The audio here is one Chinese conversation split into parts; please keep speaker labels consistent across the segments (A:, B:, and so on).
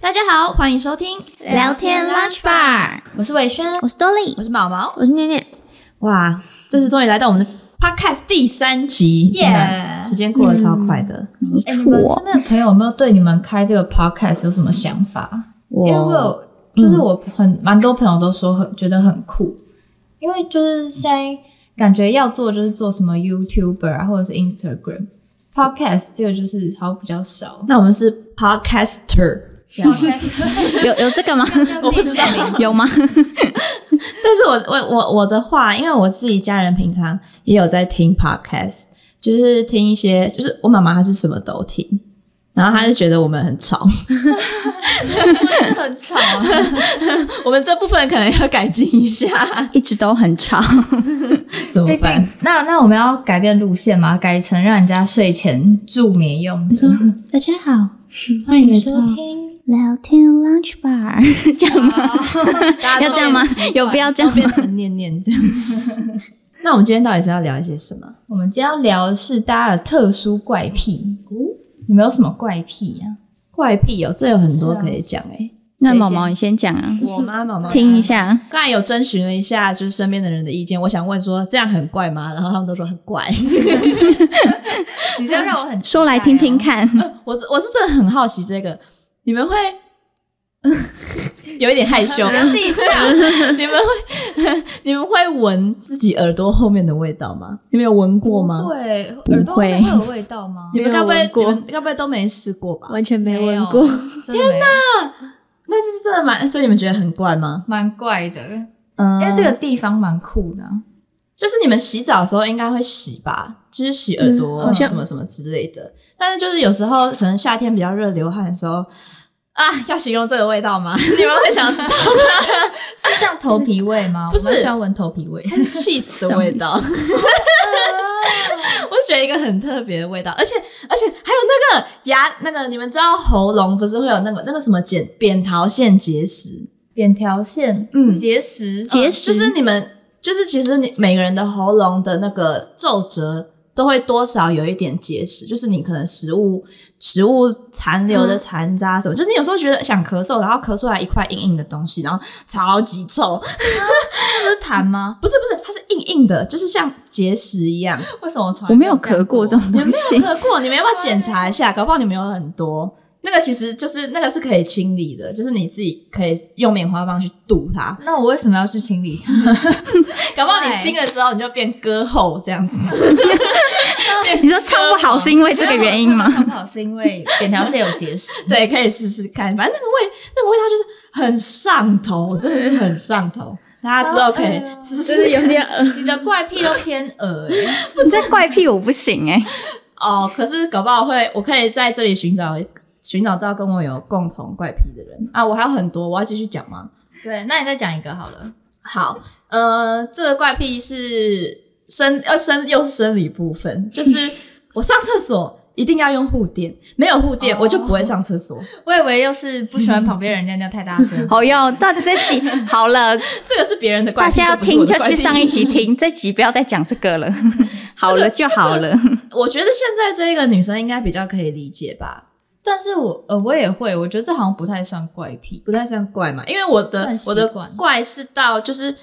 A: 大家好，欢迎收听
B: 聊天 Lunch Bar，
A: 我是伟轩，
B: 我是 Dolly，
A: 我是毛毛。
B: 我是念念，
A: 哇，这次终于来到我们的 podcast 第三集，
C: 耶
A: 天哪时间过得超快的。，
B: 没
C: 哎、你们
B: 错
C: 身，边的朋友有没有对你们开这个 podcast 有什么想法？因为我有，就是我很蛮、多朋友都说很觉得很酷，因为就是现在感觉要做就是做什么 YouTuber 啊，或者是 Instagram。Podcast 这个就是好像比较少
A: 那我们是 podcaster，
B: 有有这个 吗？
C: 我不知道。
B: 有吗？
A: 但是我我我我的话，因为我自己家人平常也有在听 podcast，就是听一些，就是我妈妈她是什么都听，然后她就觉得我们很吵，
C: 真的很吵、 啊，
A: 我们这部分可能要改进一下，
B: 一直都很吵，
A: 怎么
C: 毕竟
A: 办？
C: 那那我们要改变路线嘛，改成让人家睡前助眠用的。
B: 大家好，
A: 欢迎
C: 收听，
B: 聊天 Lunch Bar，这 样吗？要这样吗？有必要这样吗？
A: 变成念念这样 子。那我们今天到底是要聊一些什么？
C: 我们今天要聊的是大家的特殊怪癖。你们有什么怪癖呀、
A: 怪癖哦，这有很
D: 啊
A: 多可以讲哎、
B: 那毛毛你先讲啊，
A: 我妈妈妈
B: 听一下，
A: 刚才有征询了一下，就是身边的人的意见，我想问说这样很怪吗？然后他们都说很怪。
C: 你这样让我很期待哦
B: 说来听听。看。
A: 我我是真的很好奇这个，你们会 有一点 害羞
C: 我，们自己笑，
A: 你们会 你们会闻自己耳朵后面的味道吗？你们有闻过吗？
C: 对，
B: 不
C: 耳朵
B: 会
C: 会有味道吗？
A: 你们该不会
D: 没有闻过
A: 你们该不会都没试过吧？
D: 完全没
C: 有
D: 闻过。，
C: 天哪，
A: 那是真的蛮，所以你们觉得很怪吗？
C: 蛮怪的，
A: 嗯
C: 因为这个地方蛮酷的啊。
A: 就是你们洗澡的时候应该会洗吧，就是洗耳朵、
C: 嗯好像
A: 什么什么之类的。但是就是有时候可能夏天比较热，流汗的时候啊，要形容这个味道吗？你们会想知道
C: 是像头皮味吗？
A: 不是
C: 我蛮喜欢闻头皮味。
A: 它是 cheese 的味道。 我觉得一个很特别的味道，而且而且还有那个牙，那个你们知道喉咙不是会有那个那个什么扁扁桃腺结石？
C: 扁条线，
A: 嗯
C: 结石，哦
B: 结
A: 嗯
B: 石
A: 就是你们，就是其实你每个人的喉咙的那个皱褶都会多少有一点结石，就是你可能食物食物残留的残渣什么，就是你有时候觉得想咳嗽，然后咳出来一块硬硬的东西，然后超级臭，
C: 这不是痰吗？
A: 不是不是，它是硬硬的，就是像结石一样。
C: 为什么我从来
B: 我没有
C: 这样
B: 咳过这种
A: 你们
B: 东
A: 没有
B: 西，
A: 咳过，你们要不要检查一下？搞不好你们有很多。那个其实就是那个是可以清理的，就是你自己可以用棉花棒去堵它。
C: 那我为什么要去清 理它？
A: 搞不好你清了之后你就变歌后这样子。
B: 你说唱不好是因为这个原因 吗？
C: 没有我唱不好是因为扁条线有 结石。
A: 对，可以试试看。反正那个味，那个味道就是很上头，真的是很上头。大家之后可以
B: 哦
A: 试
D: 就
A: 试
D: 是有点恶
C: 你的怪癖都偏恶欸
B: 这怪癖我不行哎，，
A: 哦。可是搞不好会，我可以在这里寻找寻找到跟我有共同怪癖的人啊。我还有很多，我要继续讲吗？
C: 对，那你再讲一个好了。
A: 好，呃，这个怪癖是生呃生又是生理部分，就是我上厕所一定要用护垫，没有护垫、我就不会上厕所。
C: 我以为又是不喜欢旁边人尿尿太大声
B: 好哟，到这集好了，
A: 这个是别人的怪
B: 大
A: 癖，
B: 家要
A: 这不是我
B: 听
A: 的
B: 就
A: 怪
B: 去
A: 癖
B: 上一集听，这集不要再讲这个了，好了就好了。
A: 我觉得现在这个女生应该比较可以理解吧，
C: 但是我呃我也会，我觉得这好像不太算怪癖。
A: 不太算怪嘛，因为我的
C: 算习
A: 我的
C: 惯
A: 怪是到就是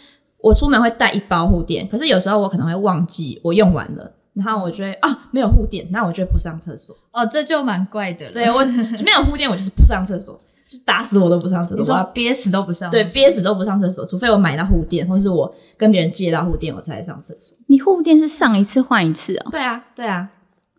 A: 我出门会带一包护垫，可是有时候我可能会忘记我用完了。然后我就会啊，没有护垫，那我就不上厕所。
C: 哦，这就蛮怪的了。
A: 对我没有护垫，我就是不上厕所，就是打死我都不上厕所。
C: 你
A: 我
C: 说
A: 要
C: 憋死都不上。
A: 对，憋死都不上厕所，除非我买到护垫，或是我跟别人借到护垫，我才上厕所。
B: 你护垫是上一次换一次哦，
A: 对啊，对啊，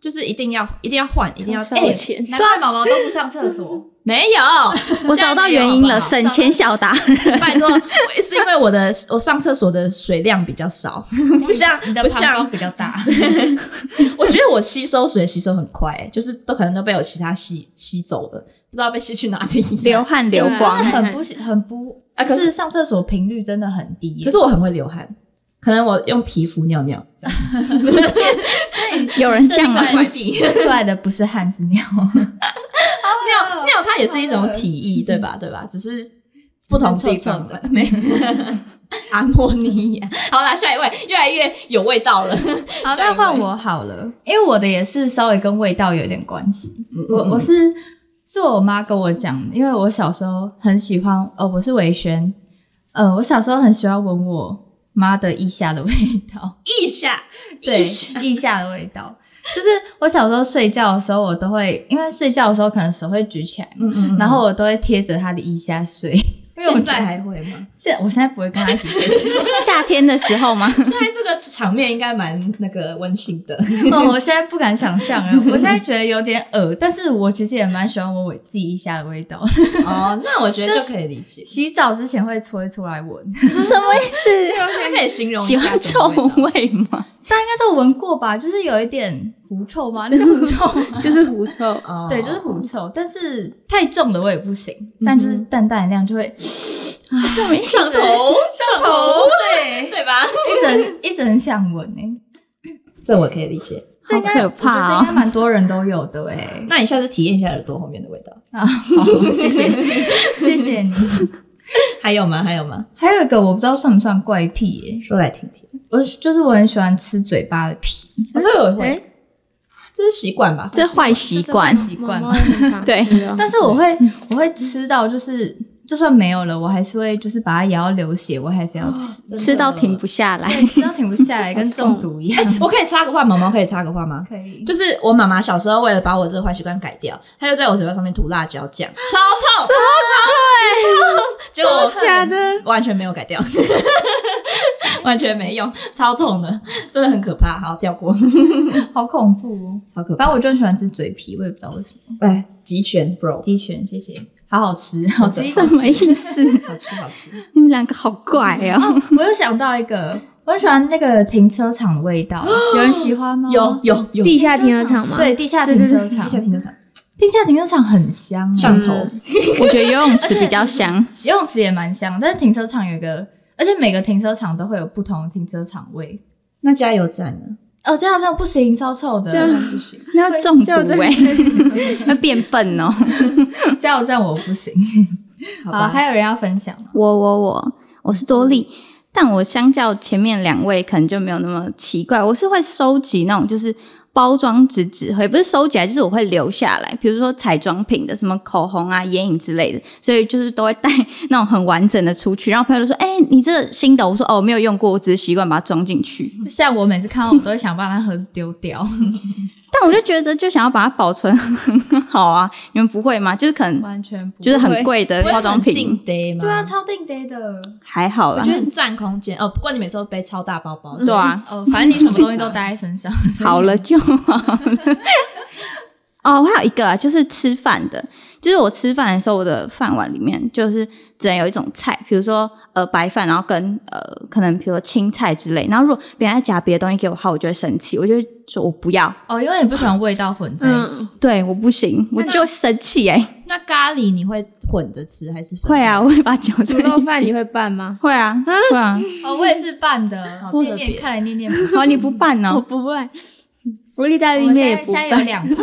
A: 就是一定要一定要换，一定要
D: 少
A: 哎
D: 钱，
C: 难怪毛毛都不上厕所。
A: 没有，
B: 我找到原因了，省钱小达 人。
A: 拜托，我是因为我的我上厕所的水量比较少，不像
C: 你的
A: 不
C: 膀
A: 像
C: 胱，比较 大，
A: 我觉得我吸收水吸收很快、欸就是都可能都被我其他吸吸走了，不知道被吸去哪里。
B: 流汗流光
D: 对，啊
C: 很不很不
A: 啊可是
C: 是上厕所频率真的很低 耶。
A: 可是我很会流汗，可能我用皮肤尿尿这 样子。
B: 有人这样吗？
A: 怪癖，
C: 这出来的不是汗是尿，
A: 尿 尿它也是一种体 液，对吧？对吧？只是不同地方
C: 只是臭臭
A: 的， 没阿莫尼亚。好啦，下一位越来越有味道 了。
C: 好，
A: 下一
C: 那
A: 位
C: 换我好了，因为我的也是稍微跟味道有点关系。
A: 嗯
C: 我我是是我妈跟我讲，因为我小时候很喜欢，呃，我是维轩，呃，我小时候很喜欢闻我妈的腋下的味 道，
A: 腋下，
C: 对
A: 腋下，，
C: 腋下的味道。就是我小时候睡觉的时候，我都会因为睡觉的时候可能手会举起来，
A: 嗯嗯
C: 然后我都会贴着她的腋下睡。因为我
A: 现
C: 觉得
A: 在还会吗？
C: 现我现在不会跟她一起睡觉，
B: 夏天的时候 吗？
A: 现在这个场面应该蛮那个温馨的。
C: 哦，我现在不敢想象哎，我现在觉得有点恶，但是我其实也蛮喜欢我我自己腋下的味道。
A: 哦，那我觉得就可以理 解，
C: 洗澡之前会搓一搓来闻，
B: 什么意思？
A: 它啊可以形容一
B: 喜
A: 下
B: 欢
A: 什么
B: 臭
A: 味道
B: 味吗？
C: 大家应该都有闻过吧？就是有一点狐臭吗？那个狐臭吗，
B: 就是狐臭。
A: 哦
C: 对，就是狐臭，但是太重的我也不行，
B: 嗯
C: 但就是淡淡的量就 会
B: 什么意思？
A: 上头，上头，
C: 对，
A: 对吧？
C: 一整一整想闻哎，
A: 这我可以理解。
C: 这
B: 好
C: 应该
B: 可怕
C: 我觉得这应该
B: 哦！
C: 蛮多人都有的 哎。
A: 那你下次体验一下耳朵后面的味道，
C: 啊，好，谢谢你，谢谢你。
A: 还有吗？还有吗？
C: 还有一个我不知道算不算怪癖哎，
A: 说来听听。
C: 我就是我很喜欢吃嘴巴的皮，
A: 可是我
D: 哎、
A: 会，这是习惯吧？
B: 这坏习惯
C: 这是，坏习惯嘛。
B: 对
D: 但
C: 但是我会我会吃到，就是就算没有了，我还是会就是把它咬到流血，我还是要吃，
A: 真的
B: 吃到停不下来。
C: 对吃到停不下来，跟中毒一 样。
A: 我可以插个话，毛毛可以插个话吗？
C: 可 以，
A: 就是我妈妈小时候为了把我这个坏习惯改掉，她就在我嘴巴上面涂辣椒酱，超痛，超痛，结果我
D: 假的，
A: 完全没有改掉， 完全没用，超痛的，真的很可怕。好，跳过，
C: 好恐怖哦。
A: 超可
C: 反
A: 怕。
C: 正我就很喜欢吃嘴皮，我也不知道为什么。
A: 哎，集权 bro，
C: 鸡拳，谢谢，好好 吃，好吃。
B: 什么意思？
A: 好吃好吃。
B: 你们两个好怪哦！
C: 我又想到一个，我很喜欢那个停车场的味 道，有人喜欢吗？
A: 有，有有，
D: 地下停车场吗？，
C: 对，地下停车场
A: 地，下嗯停车场
C: 地下停车场很香，啊
A: 上头，
B: 我觉得游泳池比较香，
C: 游泳池也蛮香，但是停车场有一个，而且每个停车场都会有不同的停车场味。
A: 那加油站呢？
C: 哦，加油站不行，超臭的。
D: 这样
C: 不行，
B: 那要中
D: 就
B: 毒
D: 这
B: 哎， 会变笨哦。
C: 加油站我不行。
A: 好
C: 好，
A: 吧，
C: 还有人要分享 吗？
B: 我我我我是多利，但我相较前面两位可能就没有那么奇怪。我是会收集那种就是包装纸纸盒，也不是收集来，就是我会留下来，比如说彩妆品的什么口红啊、眼影之类的，所以就是都会带 那种很完整的出去。然后朋友就说：“哎、你这新的？”我说：“哦，我没有用过，我只是习惯把它装进去。
C: 像我每次看到，我都会想把那盒子丢掉。
B: 但我就觉得就想要把它保存 很好啊，你们不会吗？就是可能
C: 完全不
B: 就是很贵的呃化妆品
A: 定，day 吗？
C: 对啊，，超定呆的。
B: 还好
A: 我
B: 啦
A: 觉。得很占空间哦。不过你每次都背超大包包，
B: 对啊，
C: 哦，反正你什么东西都带在身上。
B: 好了就好 了。哦，我还有一个啊，就是吃饭的，就是我吃饭的时候，我的饭碗里面就是只能有一种菜，比如说呃白饭，然后跟呃可能比如说青菜之类。然后如果别人在夹别的东西给我的话，我就会生气，我就会说我不要，
C: 哦，因为你不喜欢味道混在一起。
B: 对，我不行，我就会生气哎、
A: 那咖喱你会混着吃还是分
B: 会啊，我会把它搅
D: 猪
B: 在
D: 肉
B: 一
D: 饭
B: 起。
D: 你会拌吗？
B: 会啊，会啊。
C: 哦，我也是拌的。
A: 好
C: 念
A: 特别
C: 念看来念 念不忘。
B: 好，你不拌哦
D: 我
B: 呢？
D: 不会，我意大
C: 我
D: 利
C: 们
D: 面也
C: 现在
D: 不
C: 现在有
D: 拌，
C: 两 盘，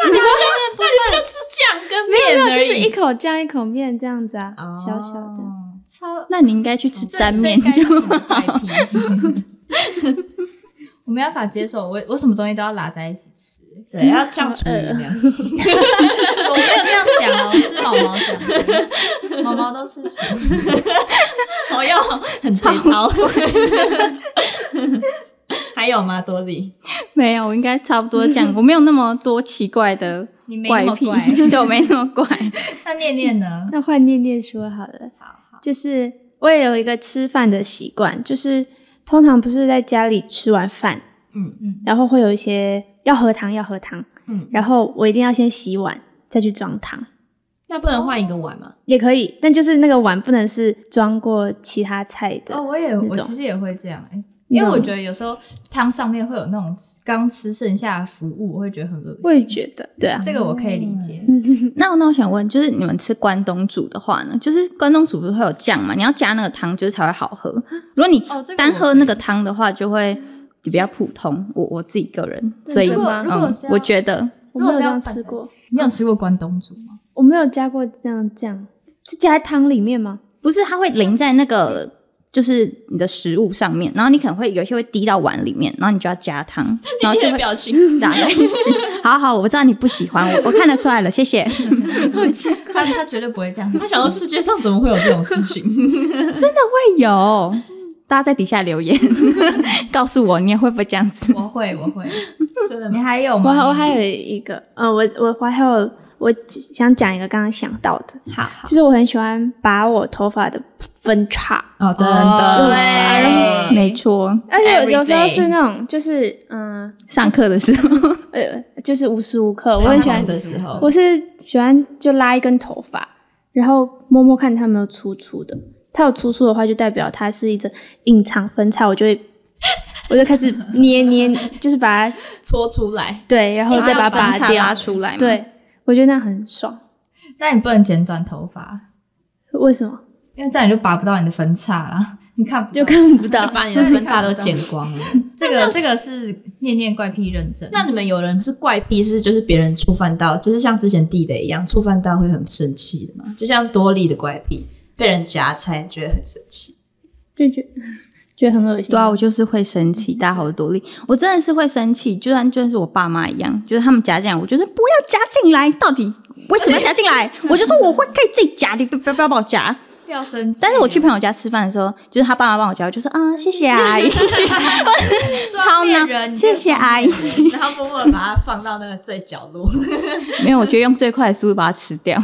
A: 那你不就那你不就吃酱跟面
D: 就
A: 而
D: 是一
A: 已？
D: 口酱一口面这样子啊，
A: 哦
D: 小小的。
C: 超
B: 那你应该去吃 沾面。
C: 这这应该是你的 怪癖 我没办法接受，我我什么东西都要拉在一起吃。
A: 对，要像厨余那 样。
C: 我没有这样讲哦，是毛毛讲的，毛毛都吃素。
A: 我哦要很 粗糙。还有吗，多莉？
B: 没有，我应该差不多这样。我没有那么多奇怪的
C: 你没那
B: 怪
C: 么
B: 癖
C: 怪，
B: 对，我没那么怪。
C: 那念念呢？
D: 那换念念说好了，就是我也有一个吃饭的习惯，就是通常不是在家里吃完饭，
A: 嗯
C: 嗯
D: 然后会有一些要喝汤，要喝汤，
A: 嗯
D: 然后我一定要先洗碗，再去装汤。
A: 那不能换一个碗吗？
D: 也可以，但就是那个碗不能是装过其他菜的。
C: 哦，我也
D: 那
C: 我
D: 种
C: 其实也会这样哎、
D: 那
C: 因为
D: 种
C: 我觉得有时候汤上面会有那种刚吃剩下的服务，我会觉得很恶
D: 我也
C: 心。
D: 觉得， 对啊，
C: 这个我可以理解，
B: 那那我想问，就是你们吃关东煮的话呢，就是关东煮不是会有酱嘛？你要加那个汤，就是才会好喝。如果你
C: 哦这个
B: 单
C: 我
B: 嗯喝那个汤的话，就会比较普通。我我自己个人，所以
D: 真的吗
B: 嗯
C: 如果是要
B: 我觉得
D: 我没有这样
C: 如果是要
D: 吃过，
C: 你有吃过关东煮吗？
D: 我没有加过这样酱，是加在汤里面吗？
B: 不是它会淋在那个就是你的食物上面，然后你可能会有一些会滴到碗里面，然后你就要加汤， 然后
A: 你
B: 就
A: 的
B: 会
A: 表 情
B: 打在一起。好好，我知道你不喜欢我，我看得出来了，谢 谢。
C: 他他绝对不会这样子。
A: 他想说世界上怎么会有这种事情？
B: 会 有，大家在底下留 言告诉我，你也会不会这样子？
C: 我会，我会。
A: 真的
C: 你还有
D: 我
C: 吗？
D: 我还有一个，嗯、我我我还有我想讲一个刚刚想到的，
A: 好好
D: 就是我很喜欢拔我头发的分叉，
A: 哦，真
C: 哦
A: 的啊
C: 对
B: 没错，
D: 而且
A: Every
D: 有时候
A: day
D: 是那种就是嗯
B: 上课的时 候
D: 呃就是无时无刻，我
A: 放
D: 很喜
A: 松
D: 欢，
A: 的时候，
D: 我是喜欢就拉一根头发，然后摸摸看它有没有粗粗的，它有粗粗的话就代表它是一种隐藏分叉，我就会我就开始捏捏，就是把它
A: 搓出来，
D: 对，然后再把它拔
B: 分叉
D: 掉
B: 拉，出来嘛，
D: 对我觉得那很爽，
C: 那你不能剪短头发，
D: 为什么？
C: 因为这样你就拔不到你的分叉啦。你看不到
D: 就看不到
A: 就。把你的分叉都剪光了。
C: 这个，这个是念念怪癖认证。
A: 那你们有人是怪癖，是就是别人触犯到，就是像之前地雷一样，触犯到会很生气的嘛？就像多利的怪癖，被人夹菜觉得很生气。
D: 就觉觉得很恶心。
B: 对啊，我就是会生气，大家好多力，我真的是会生气，就算就算是我爸妈一样，就是他们夹进来，我觉得不要夹进来，到底为什么要夹进 来？我就说我会可以自己夹，你不不要不要把我夹。
C: 不要生气，
B: 但是我去朋友家吃饭的时候，就是他爸妈帮我夹，我就说啊谢谢 阿姨，超
C: 双面
B: 难，
C: 人，
B: 谢谢阿姨。
A: 然后默默地把它放到那个最角落。
B: 没有，我觉得用最快的速度把它吃掉。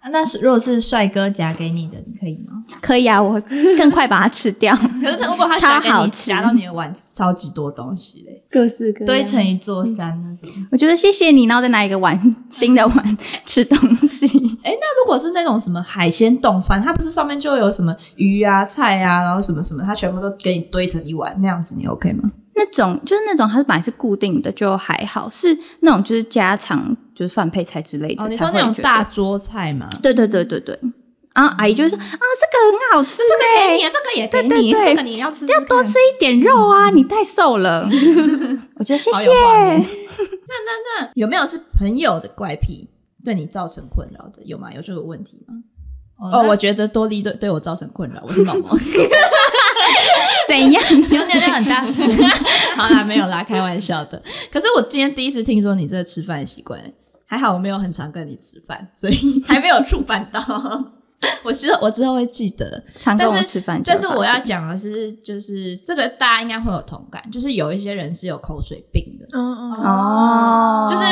C: 啊。那是如果是帅哥夹给你的，你可以吗？
B: 可以啊，我会更快把它吃 掉。
A: 可是如果他夹
B: 超
A: 给
B: 好
A: 你，
B: 吃
A: 夹到你的碗超级多东西嘞。
D: 各式各样
A: 啊
C: 堆成一座山那种。
B: 我觉得谢谢你，然后再拿一个碗新的碗吃东西。
A: 那如果是那种什么海鲜冻饭，它不是上面就有什么鱼啊、菜啊，然后什么什么，它全部都给你堆成一碗，那样子你 OK 吗？
B: 那种就是那种它是本来是固定的，就还好。是那种就是家常就是饭配菜之类的。
A: 哦，你说
B: 才会
A: 那种
B: 觉得
A: 大？桌菜吗？
B: 对对对对对。然后阿姨就会说啊，这个很好吃
A: 这个
B: 哎、
A: 给你，这个也给你，
B: 对对对
A: 这个你要吃，要
B: 多吃。一点肉啊，你太瘦了。 我觉得谢
A: 好
B: 谢
A: 有。画面有没有是朋友的怪癖对你造成困扰的？有吗？有这个问题吗？哦，我觉得多利对对我造成困扰，我是毛 毛。
B: 怎 样？
C: 那有点量很大声。
A: 好啦，没有啦，开玩笑的。可是我今天第一次听说你这个吃饭习惯，还好我没有很常跟你吃饭，所 以还没有触犯到。我之后我之后会记得，
B: 常跟
A: 但
B: 我
A: 是
B: 吃饭就
A: 但
B: 会发现，
A: 是我要讲的是，就是这个大家应该会有同感，就是有一些人是有口水病的。
D: 嗯嗯，
B: 哦，
A: 就是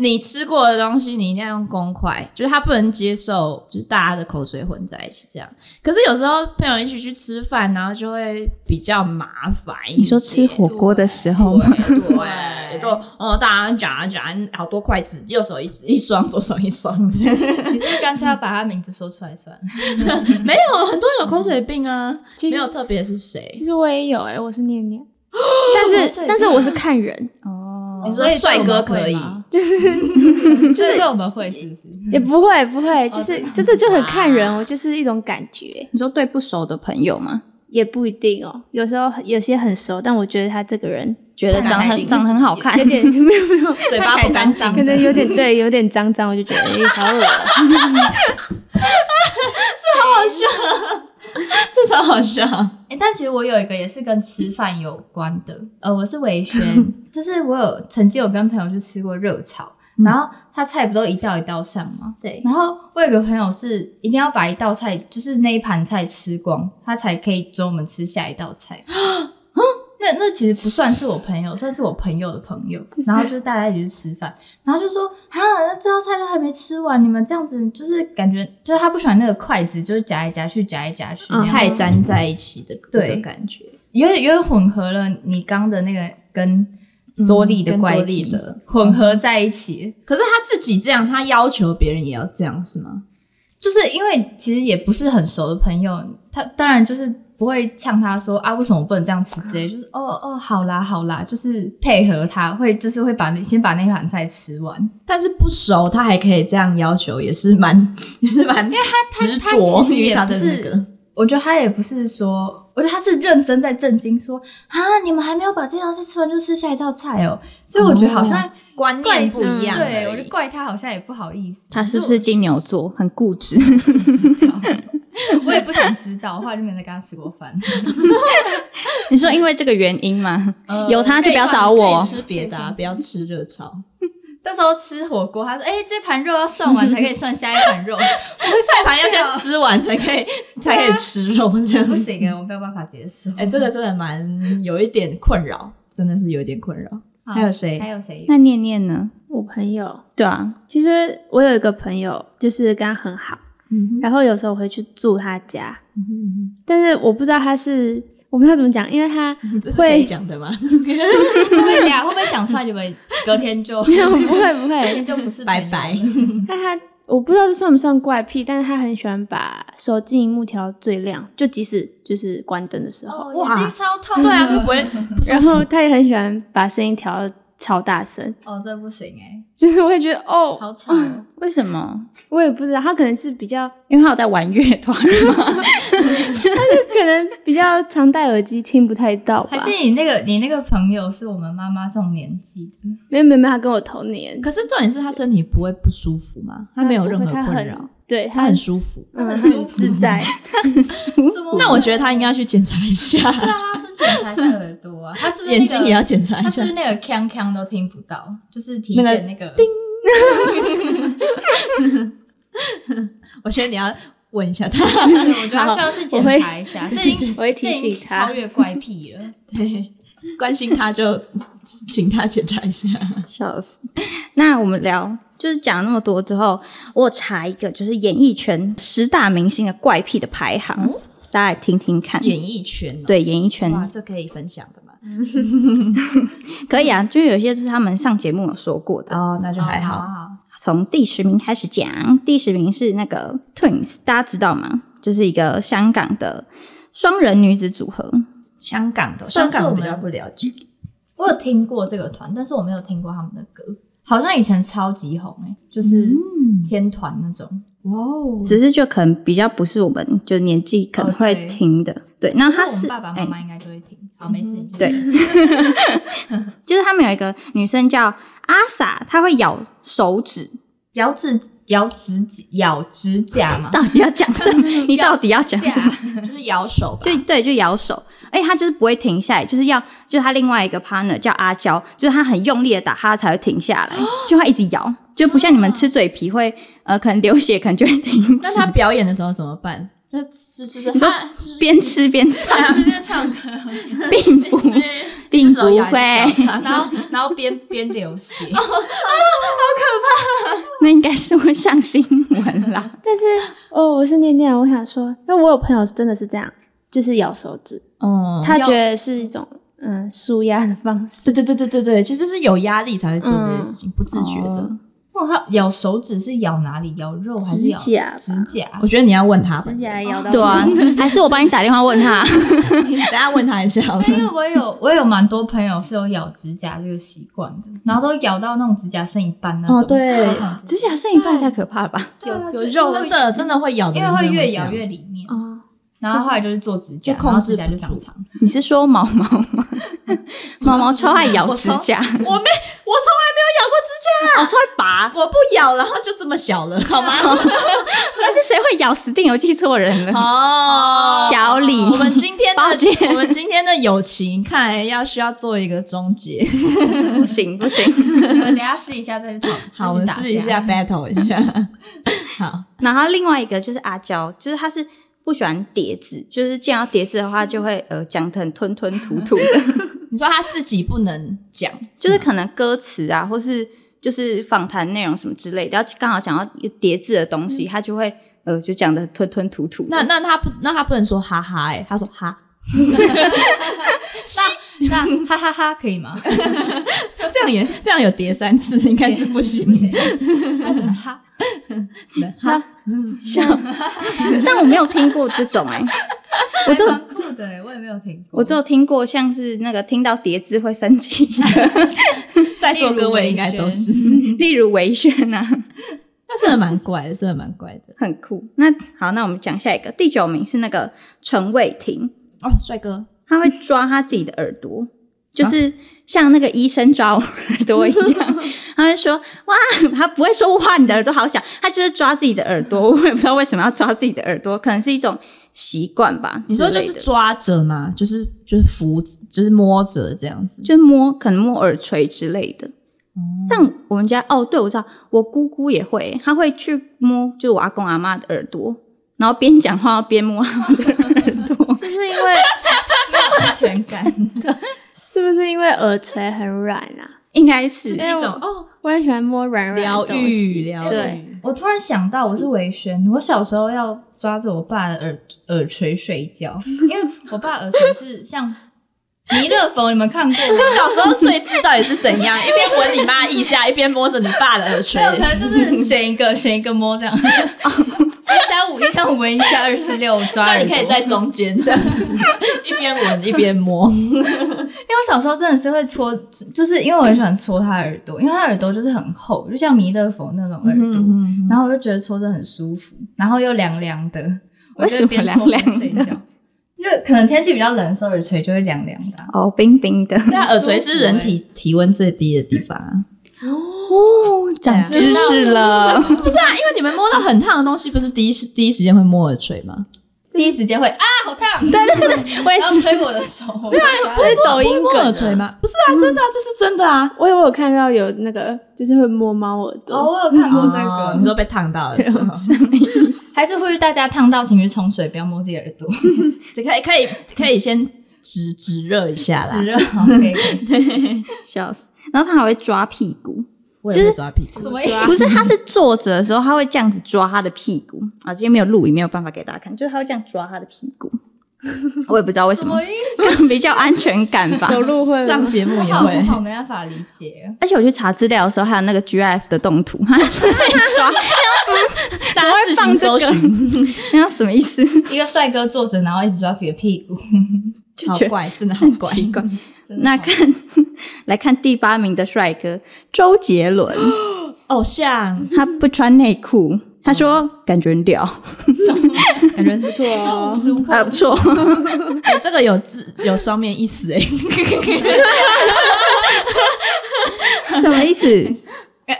A: 你吃过的东西，你一定要用公筷，就是他不能接受，就是大家的口水混在一起这样。可是有时候朋友一起去吃饭，然后就会比较麻烦一点。
B: 你说吃火锅的时候吗？
A: 对，对，就哦，大家夹夹啊好多筷子，右手一一双，左手一双。
C: 你是干脆要把他名字说出来算了。
A: 没有，很多人有口水病啊，
D: 其
A: 没
D: 实
A: 有特别是谁。
D: 其实我也有哎、我是念念，但是但是我是看人，
B: 哦
A: 你说帅哥可以，
C: 就是就是对我们会是不是？
D: 也不会不会，就是真的就很看人，
A: 哇
D: 我就是一种感觉，
B: 你说对不熟的朋友吗？
D: 也不一定哦。有时候有些很熟，但我觉得他这个人
B: 觉得长
C: 看起来
B: 很
C: 是
B: 长得很好看，
D: 有点 没有没有，
A: 嘴巴不干净
C: 看起来脏脏。
D: 可能有点对，有点脏脏，我就觉得哎、好恶哦。
A: 这超好笑。
C: 哎、但其实我有一个也是跟吃饭有关的，呃，我是维 轩，就是我有曾经有跟朋友去吃过热炒，然后他菜不都一道一道上吗？
D: 对，
C: 然后我有个朋友是一定要把一道菜，就是那一盘菜吃光，他才可以准我们吃下一道菜。 嗯，那那其实不算是我朋友，算是我朋友的朋友。然后 就是大家一起去吃饭，然后就说啊，那这道菜都还没吃完，你们这样子就是感觉，就是他不喜欢那个筷子，就是夹来夹去，夹来夹去，
D: 嗯
A: 菜粘在一起的
C: 对
A: 的感觉，
C: 有点有点混合了你刚的那个跟多利
A: 嗯
C: 的
A: 跟
C: 怪
A: 多利
C: 癖、
A: 的
C: 混合在一起，
A: 可是他自己这样，他要求别人也要这样是吗？
C: 就是因为其实也不是很熟的朋友，他当然就是不会呛他说啊，为什么我不能这样吃之类，就是哦哦，好啦好啦，就是配合他，会就是会把那先把那盘菜吃完。
A: 但是不熟，他还可以这样要求，也是蛮 也是蛮，因为他执
C: 他
A: 着
C: 其实
A: 于
C: 也
A: 他
C: 不
A: 的
C: 是
A: 那个。
C: 我觉得他也不是说，我觉得他是认真在震惊说啊，你们还没有把这道菜吃完就吃下一道菜哦，所以我觉得好像、
A: 哦观念不
C: 嗯
A: 一样而已、
C: 对，我就怪他好像也不好意思。
B: 他是不是金牛座，很固执？
C: 可是我不知道 我也不想知道，后来就没再跟他吃过饭。
B: 你说因为这个原因吗？
C: 呃
B: 有他就不要找
A: 可
B: 我
A: 以。吃别的、啊，不要吃热炒。
C: 到时候吃火锅，他说：“哎、这盘肉要涮完才可以涮下一盘肉。”我 说：“
A: 菜盘要
C: 先
A: 先吃完才可以，才可以吃肉这样
C: 不
A: 子。
C: 行哎，我没有办法接受。
A: 哎、这个真的蛮有一点困扰，真的是有一点困扰。
C: 好
A: 还有谁
C: 还 有谁？
B: 那念念呢？
D: 我朋友，
B: 对啊，
D: 其实我有一个朋友，就是跟他很好，
A: 嗯
D: 然后有时候我会去住他家，
A: 哼，
D: 但是我不知道他是，我不知道怎么讲，因为他
A: 这是可以
D: 会，
A: 讲的吗？
C: 会不会等一下会不会讲出来？你们隔天就
D: 没有，不会不
C: 隔
D: 会，
C: 天就不是
A: 拜
C: 朋友
A: 拜
C: 了。
D: 但他我不知道这算不算怪癖，但是他很喜欢把手机荧幕调最亮，就即使就是关灯的时候，
C: 哦，
A: 哇
C: 眼睛超痛。
A: 对啊，他不。会不舒
D: 然
A: 服。
D: 后他也很喜欢把声音调得超大声，
C: 哦，这不行哎，
D: 就是我会觉得哦，
C: 好吵哦。
B: 为什么？
D: 我也不知道，他可能是比较
B: 因为他有在玩乐团嘛。
D: 可能比较常戴耳机，听不太到吧
C: 还。是你那个你那个朋友是我们妈妈这种年纪的，
D: 没有没有，没有他跟我同年，
A: 可是重点是他身体不会不舒服吗？他没有任何
D: 他不会
A: 困
D: 他
A: 扰
D: 很，，对
A: 他很舒服。
D: 嗯很自 在。
C: 怎么会
A: 那我觉得他应该要去检查一下，
C: 对啊，他不是检查一下耳朵啊，他是不是那个
A: 眼睛也要检查
C: 他
A: 一
C: 是
A: 下
C: 不。是那个锵锵都听不到？就是体
A: 那个
C: 检那个叮，
A: 我觉得你要问一下他。
C: 对我觉得他需要去检查一下，这已经
D: 我会提醒
C: 这已经
D: 他
C: 超越怪癖了。
A: 对，关心他就请他检查一下。
B: 笑死！那我们聊，就是讲那么多之后，我有查一个就是演艺圈十大明星的怪癖的排行，大家来听听看。
A: 演艺圈、哦，
B: 对演艺
A: 哇，
B: 圈
A: 这可以分享的嘛？
B: 可以啊，就有些是他们上节目有说过的。
A: 哦，那就还
C: 好
A: 好。
C: 好，
B: 从第十名开始讲，第十名是那个 Twins，大家知道吗？就是一个香港的双人女子组合。
A: 香港的，
C: 算
A: 香
C: 是
A: 港
C: 我
A: 我比
C: 们
A: 较不了解。
C: 我有听过这个团，但是我没有听过他们的歌，好像以前超级红哎，就是天团那种。
A: 哇哦，
B: 只是就可能比较不是我们就年纪可能
C: 哦
B: 会
C: 对
B: 听的，对。然后
C: 那
B: 他
C: 我们
B: 是
C: 爸爸
B: 哎
C: 妈妈应该就会听。好，没事，你继续
B: 对，就是他们有一个女生叫阿 sa，她会咬手指。
C: 咬指咬指甲咬指甲嘛，
B: 到底要讲什 么？你到底要讲
C: 指甲
B: 什么？
A: 就是咬手吧
B: 就对，就咬手。哎，她就是不会停下来，就是要就是她另外一个 partner 叫阿娇，就是她很用力的打，她才会停下 来，就她一直咬，就不像你们吃嘴皮会呃可能流血，可能就会停止
A: 那，他表演的时候怎么办？那是就是
B: 你说
A: 他就是
B: 边吃边唱，
C: 随便啊唱歌，
B: 并 不并不会，
A: 然
C: 然后然后边边流血，
B: 那应该是会上新闻啦。
D: 但 是哦，我是念念，我想说，那我有朋友是真的是这样，就是咬手指，
A: 哦，
D: 他觉得是一种嗯舒压的方式
A: 对。对对对对对，其实是有压力才会做这些事
C: 嗯
A: 情，不自觉的。
C: 哇，哦他咬手指是咬哪里？咬
A: 啊
C: 肉还是咬
D: 指甲吧
C: 指甲
A: 我？觉得你要问他吧
D: 指，甲咬到
B: 对啊，还是我帮你打电话问 她。
A: 等下问他一下好了。
C: 因为我有 我有蛮多朋友是有咬指甲这个习惯的，然后都咬到那种指甲剩一半那种。
A: 哦对
C: 超恐怖
B: 指甲剩一半也太可怕了吧？
C: 对啊
D: 有
C: 就
D: 有肉
A: 真的真的会咬的
C: 因
A: 人
C: 为
A: 真的
C: 会
A: 这样，
C: 越咬越里面。
D: 哦，。
C: 然后后来就是做指甲，
A: 就控制
C: 然后指甲就
A: 不
C: 长
A: 住
C: 长。
B: 你是说毛毛 吗？毛毛超爱咬指甲，
A: 我没，我从来没有咬过指甲，
B: 我超爱拔。
A: 我不咬，然后就这么小了，好吗？
B: 但是谁会咬死定？我记错人了。
A: 哦，
B: 小李，
A: 我们今 天
B: 抱
A: 的
B: 歉
A: 我们今天的友情，看来要需要做一个终结。
B: 不行不行。
C: 你们等一下试一下再去讨，
A: 好，我们
C: 再去打
A: 试一下
C: 架。
A: battle 一下。 好，
B: 然后另外一个就是阿娇，就是她是不喜欢叠字，就是见到叠字的话就会呃讲的很吞吞吐吐的，
A: 你说他自己不能讲，
B: 就是可能歌词啊，或是就是访谈内容什么之类的，要刚好讲到叠字的东西，她就会呃就讲的吞吞吐吐的。
A: 那那他不那他不能说哈哈哎、欸，他说哈，
C: 那那哈哈哈可以 吗？
A: 这样也这样有叠三次应该是不行的。
C: 他只能哈。
B: 但我没有听过这种哎、我只有
C: 还蛮酷的欸，我也没有听过。
B: 我只有听过像是那个听到叠字会生气的，
A: 在座各位应该都是，
B: 例如维轩啊，
A: 那真的蛮怪的，真的蛮怪 的。
B: 很酷。那好，那我们讲下一个，第九名是那个陈伟霆，
A: 哦，帅哥，
B: 他会抓他自己的耳朵，就是像那个医生抓我耳朵一 样，他就说哇，他不会说哇，你的耳朵好小，他就是抓自己的耳朵， 我也不知道为什么要抓自己的耳朵，可能是一种习惯吧。
A: 你说
B: 之
A: 就
B: 类
A: 是
B: 的
A: 抓着嘛，就是就是扶，就是摸着这样子。
B: 就摸，可能摸耳垂之类的。
A: 嗯
B: 但我们家哦，对，我知道，我姑姑也会，她会去摸，就我阿公阿妈的耳朵，然后边讲话边摸他们的耳朵
D: 是不是因为
C: 安全感。
D: 是不是因为耳垂很软啊？
B: 应该是
A: 就是一种哦，
D: 我很喜欢摸软软
A: 疗
D: 的东西
A: 愈，疗愈。
D: 对，
C: 我突然想到，我是维轩，我小时候要抓着我爸的耳耳垂睡觉，因为我爸耳垂是像弥勒佛，你们看过吗？
A: 小时候睡姿到底是怎样？一边闻你妈腋下，一边摸着你爸的耳垂
C: 没。有，可能就是选一个选一个摸 这样，一三五一三五闻一下，二四六抓
A: 那
C: 耳
A: 你可以
C: 朵。
A: 在中间这样子，一边闻一边 摸。
C: 因为我小时候真的是会搓，就是因为我很喜欢搓他耳朵，因为他耳朵就是很厚，就像弥勒佛那种耳
B: 嗯
C: 朵，然后我就觉得搓着很舒服，然后又凉凉的，我
B: 为什
C: 就
B: 么
C: 边搓边
B: 凉
C: 睡
B: 凉的
C: 觉。就可能天气比较冷的时候，耳垂就会凉凉的啊、
B: 哦，冰冰的
A: 对啊，耳垂是人体体温最低的地方。
B: 哦，长知识 了。
A: 不是啊，因为你们摸到很烫的东西，不是第一时第一时间会摸耳垂吗？
C: 第一时间会啊，好烫，
B: 对对对，我也
C: 然后
B: 是。
C: 吹我的手，对啊，
D: 这是抖音
A: 摸
D: 梗
A: 耳
D: 啊
A: 垂吗？不是啊，真的、啊，这是真的啊。
D: 我有我有看到有那个就是会摸猫耳朵，
C: 哦，我有看过这个，
A: 哦你说被烫到的时候，
C: 还是呼吁大家烫到，请去冲水，不要摸自己耳朵，
A: 这 可以可以可以先止止热一下
B: 啊
A: 啦
C: 指。热。OK，
B: 笑死。然后他还会抓屁股，
A: 我也会抓屁股
C: 什，么意思？
B: 不是，啊他是坐着的时候，他会这样子抓他的屁股啊。今天没有录影，没有办法给大家看，就是他会这样抓他的屁股。我也不知道为什
C: 什
B: 么
C: 么，意思？
B: 可能比较安全感吧。
D: 走路会
A: 上
D: 吗？
A: 节目
C: 我
A: 也
B: 嗯
C: 好
A: 会
C: 我。好没办法理解，
B: 而且我去查资料的时候，还有那个 GIF 的动图，他在抓，
A: 大家自行搜寻，
B: 那什么意思？
C: 一个帅哥坐着，然后一直抓自己的屁股，
B: 就
A: 好
B: 觉得
A: 怪，真的好怪。
B: 奇怪。
C: 真的
B: 那
C: 好
B: 看 来看第八名的帅哥周杰伦，
A: 偶像
B: 他不穿内裤，他说感觉很屌，啊
A: 感觉不错，哦
C: 这无时无刻
B: 还不错。
A: 哎，这个有字有双面意思哎。
B: 什么意思？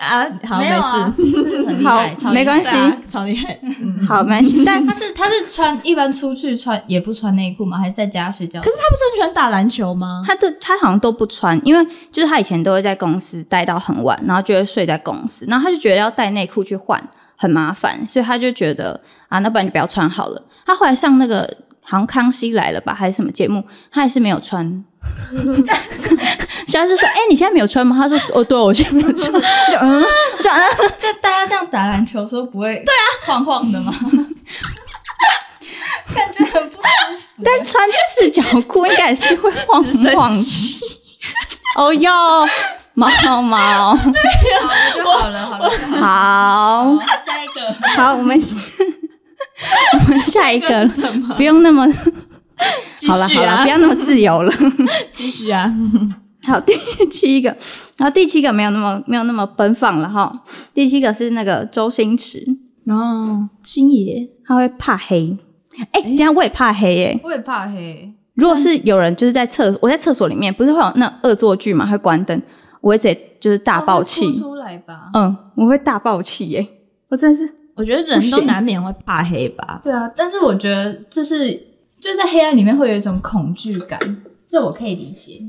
A: 啊，好，
C: 没
A: 没
C: 有啊，
A: 事，
C: 是很厉害，
B: 好
C: 超厉害
B: 没关系
A: 对啊超厉害。
B: 好，蛮行，但
C: 他是他是穿一般出去穿也不穿内裤吗？还是在家睡觉？
A: 可是他不是很喜欢打篮球吗？
B: 他的他好像都不穿，因为就是他以前都会在公司待到很晚，然后就会睡在公司，然后他就觉得要带内裤去换很麻烦，所以他就觉得啊，那不然就不要穿好了。他后来上那个好像《康熙来了》吧，还是什么节目，他还是没有穿。 小孩子说：“哎、你现在没有穿吗？”他说：“哦，对，我现在没有穿。”我就嗯，我就嗯，
C: 这大家这样打篮球的时候不会对啊晃晃 的吗？感觉很不舒服。
B: 但穿四角裤应该是会晃晃 的。哦哟，毛毛
C: 好了就好了，好了，就 好
B: 好。
C: 了好下一个。
B: 好，我们我们下一个
A: 什么？
B: 不用那么
A: 继
B: 好了
A: 续
B: 好了，
A: 啊
B: 不，要那么自由 了。
A: 继续啊。
B: 好，第七个，然后第七个没有那么没有那么奔放了哈。第七个是那个周星驰，
A: 然后星爷，
B: 他会怕黑。哎、等一下我也怕黑耶、
C: 我也怕黑，
B: 如果是有人就是在厕，我在厕所里面，不是会有那恶作剧嘛，会关灯，我会直接就是大爆
C: 哦会
B: 气
C: 哭。出来吧？
B: 嗯，我会大爆气耶、我真的是
A: 我觉得人都难免会怕黑吧。
C: 对啊，但是我觉得这是就是在黑暗里面会有一种恐惧感，这我可以理解。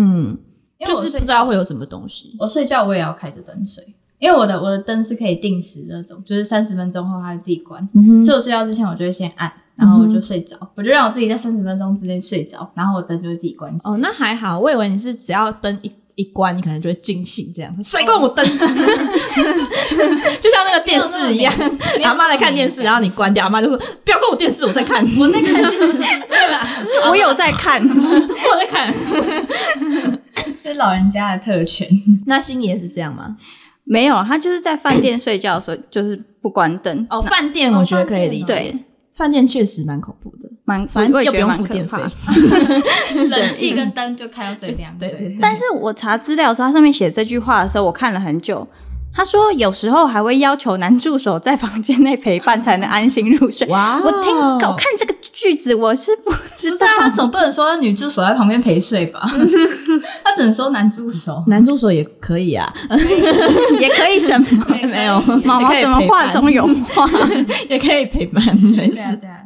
A: 嗯，
C: 因为
A: 就
C: 我
A: 是
C: 睡
A: 不知道会有什么东西。
C: 我睡觉我也要开着灯睡，因为我的我的灯是可以定时那种，就是三十分钟后它会自己关，
A: 嗯
C: 所以我睡觉之前我就会先按，然后我就睡着，我就让我自己在三十分钟之内睡着，然后我灯就会自己关起来。
A: 哦，那还好，我以为你是只要灯一一关，你可能就会惊醒这样。谁关我 灯？就像那个电视一样
C: 没有那么没，有
A: 阿妈在看电视，然后你关掉，阿妈就说：“不要关我电视，我在看， 我在看，
B: 我有在看，
A: 我在看。
C: 这是老人家的特 权，”
A: 那星爷是这样吗？
B: 没有，他就是在饭店睡觉的时候就是不关灯，
A: 哦，饭店我觉得可以理
C: 哦
A: 解
B: 对，，
A: 饭店确实蛮恐怖的，
B: 蛮，
A: 反
B: 我
A: 正
B: 也
A: 又
B: 觉
A: 不
B: 得
A: 用
B: 蛮
A: 付
B: 可
A: 电费
B: 怕。。
C: 冷气跟灯就开到最亮。
A: 对对
C: 对，
A: 对，
B: 但是我查资料的时候，它上面写这句话的时候，我看了很久。他说有时候还会要求男助手在房间内陪伴才能安心入睡。
A: 哇哦
B: 我听我看这个句子我是不知
C: 不是
B: 道。
C: 啊，他总不能说女助手在旁边陪睡 吧？他只能说男助 手。
A: 男助手也可以啊，
B: 也可 以什么？
A: 没有
B: 毛毛怎么话中有话？
A: 也可以陪伴，没
C: 对啊，
A: 事。
C: 对啊，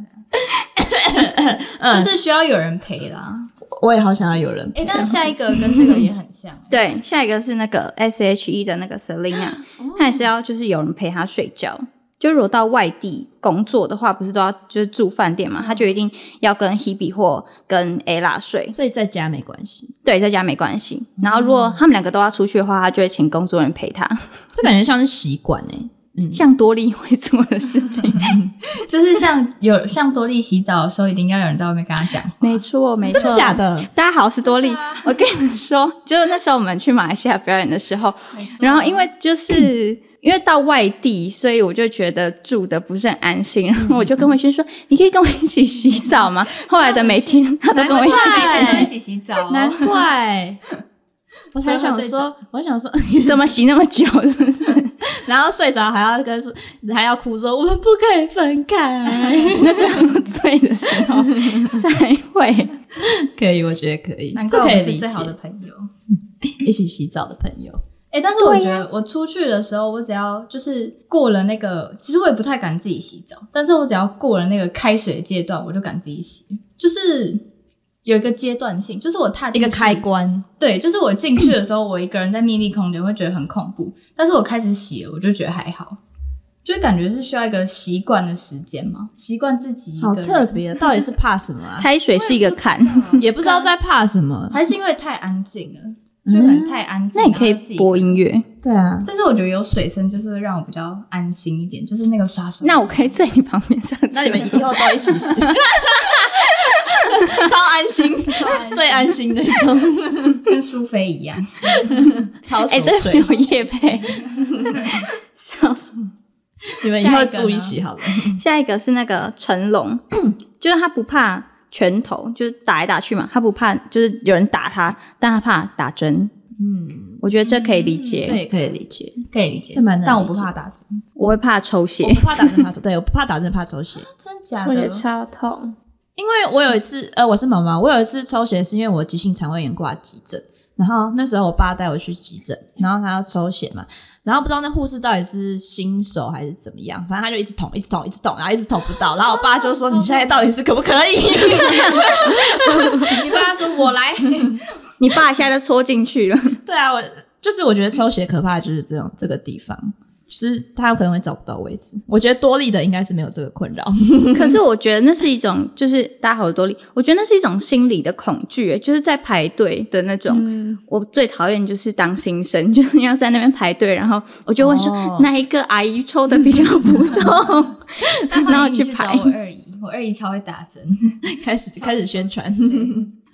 C: 对啊，就是需要有人陪啦。
A: 我也好想要有人陪。
C: 哎、但下一个跟这个也很像、欸，
B: 对，下一个是那个 S H E 的那个 Selina，她也是要就是有人陪她睡觉。就如果到外地工作的话，不是都要就是住饭店嘛？她就一定要跟 Hebe 或跟 Ella 睡。
A: 所以在家没关系，
B: 对，在家没关系。然后如果他们两个都要出去的话，她就会请工作人员陪她，
A: 这感觉像是习惯哎。
B: 像多利会做的事情。
C: 就是像有像多利洗澡的时候，一定要有人在外面跟他讲话。
B: 没错，没错，
A: 真的假的？
B: 大家好，我是多莉
C: 对啊。
B: 我跟你们说，就是那时候我们去马来西亚表演的时候，然后因为就是
A: 嗯
B: 因为到外地，所以我就觉得住的不是很安心，然后我
A: 嗯
B: 就跟文轩说：“你可以跟我一起洗澡吗？” 后来的每天他都跟我一起
A: 难
B: 洗，
A: 怪
C: 啊一起洗 澡、
A: 难怪，哦 我才
C: 除了
A: 想
C: 这
A: 说，我想说，
B: 怎么洗那么久？是不是？
A: 然后睡着还要跟说，还要哭说我们不可以分开。啊
B: 那是喝醉的时候才会。
A: 可以，我觉得可以，
C: 难
A: 这
C: 怪我
A: 可以
C: 们是
A: 理
C: 最好的
A: 解。
C: 朋友。
A: 一起洗澡的朋友，
C: 哎、但是我
B: 啊
C: 觉得我出去的时候，我只要就是过了那个，其实我也不太敢自己洗澡，但是我只要过了那个开水的阶段，我就敢自己洗，就是有一个阶段性，就是我踏
A: 一
C: 进
A: 个
C: 去
A: 开关，
C: 对，就是我进去的时候，我一个人在秘密空间会觉得很恐怖，但是我开始洗了，我就觉得还好，就是感觉是需要一个习惯的时间嘛，习惯自己一个
A: 好
C: 人
A: 特，别，到底是怕什么 啊？
B: 开水是一个坎，
A: 也不知道在怕什么。
C: 还是因为太安静了，就可能太安静、
B: 那你可以
C: 然后自己
B: 播音乐。
A: 对啊，
C: 但是我觉得有水声就是会让我比较安心一点，就是那个刷刷。
B: 那我可以在你旁边上厕
A: 那
B: 所。
A: 你们以后都一起洗， 超安心，最安心的一种，
C: 跟苏菲一样，
A: 超
B: 哎，
A: 熟
B: 这没
A: 睡。
B: 有夜配，笑死。
A: 你们以后注意洗好了。
B: 下一个是那个成龙， 就是他不怕拳头，就是打来打去嘛，他不怕，就是有人打他，但他怕打针。嗯，我觉得这可以理解。
A: 这也可以理解，
C: 可以理解
A: 这蛮能
C: 但我
A: 理
C: 不
A: 解
C: 怕打针，
B: 我会怕抽血
A: 我，不怕打针怕 抽，对我不怕打针怕抽血，
C: 真假
D: 我
C: 的
D: 也？超痛，
A: 因为我有一次，呃，我是妈妈，我有一次抽血是因为我急性肠胃炎挂急诊，然后那时候我爸带我去急诊，然后他要抽血嘛，然后不知道那护士到底是新手还是怎么样，反正他就一直捅，一直捅，一直捅，然后一直捅不到，然后我爸 就说：“你现在到底是可不可以？”
C: 你跟他说我来，
B: 你爸一下就戳进去了。
A: 对啊，我就是我觉得抽血可怕的就是这种这个地方，就是他有可能会找不到位置。我觉得多利的应该是没有这个困扰，
B: 可是我觉得那是一种，就是大家好多理，我觉得那是一种心理的恐惧，就是在排队的那种。我最讨厌就是当新生， 就是要在那边排队，然后我就问说、
A: 哦
B: 哪一个阿姨抽的比较不痛， 然后
C: 欢迎你去
B: 排
C: 找。我二姨，我二姨超会打针。
A: 开始开始宣传。